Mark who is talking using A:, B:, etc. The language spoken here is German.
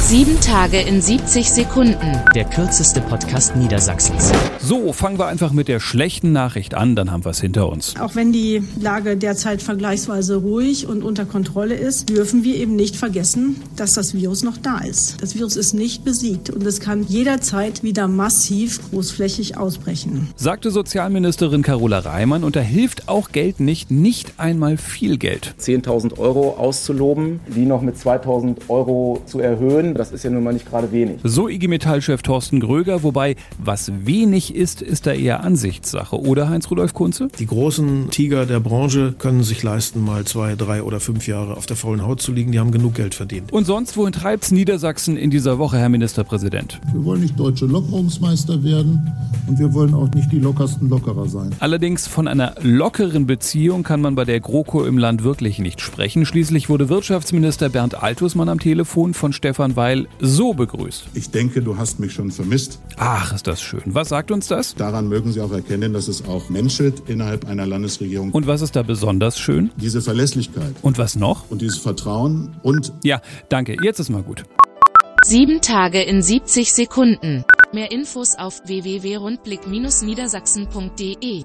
A: Sieben Tage in 70 Sekunden.
B: Der kürzeste Podcast Niedersachsens.
C: So, fangen wir einfach mit der schlechten Nachricht an, dann haben wir es hinter uns.
D: Auch wenn die Lage derzeit vergleichsweise ruhig und unter Kontrolle ist, dürfen wir eben nicht vergessen, dass das Virus noch da ist. Das Virus ist nicht besiegt und es kann jederzeit wieder massiv großflächig ausbrechen.
C: Sagte Sozialministerin Carola Reimann, und da hilft auch Geld nicht, nicht einmal viel Geld.
E: 10.000 Euro auszuloben, die noch mit 2.000 Euro zu erhöhen, das ist ja nun mal nicht gerade wenig.
C: So IG Metall-Chef Thorsten Gröger, wobei was wenig ist, ist da eher Ansichtssache, oder Heinz-Rudolf Kunze?
F: Die großen Tiger der Branche können sich leisten, mal zwei, drei oder fünf Jahre auf der faulen Haut zu liegen. Die haben genug Geld verdient.
C: Und sonst, wohin treibt's Niedersachsen in dieser Woche, Herr Ministerpräsident?
G: Wir wollen nicht deutsche Lockerungsmeister werden und wir wollen auch nicht die lockersten Lockerer sein.
C: Allerdings von einer lockeren Beziehung kann man bei der GroKo im Land wirklich nicht sprechen. Schließlich wurde Wirtschaftsminister Bernd Altusmann am Telefon von Stefan Weil so begrüßt.
G: Ich denke, du hast mich schon vermisst.
C: Ach, ist das schön. Was sagt uns das?
G: Daran mögen Sie auch erkennen, dass es auch menschelt innerhalb einer Landesregierung.
C: Und was ist da besonders schön?
G: diese Verlässlichkeit
C: Und was noch?
G: und dieses Vertrauen und
C: Ja, danke, jetzt ist mal gut.
A: Sieben Tage in 70 Sekunden. Mehr Infos auf www.rundblick-niedersachsen.de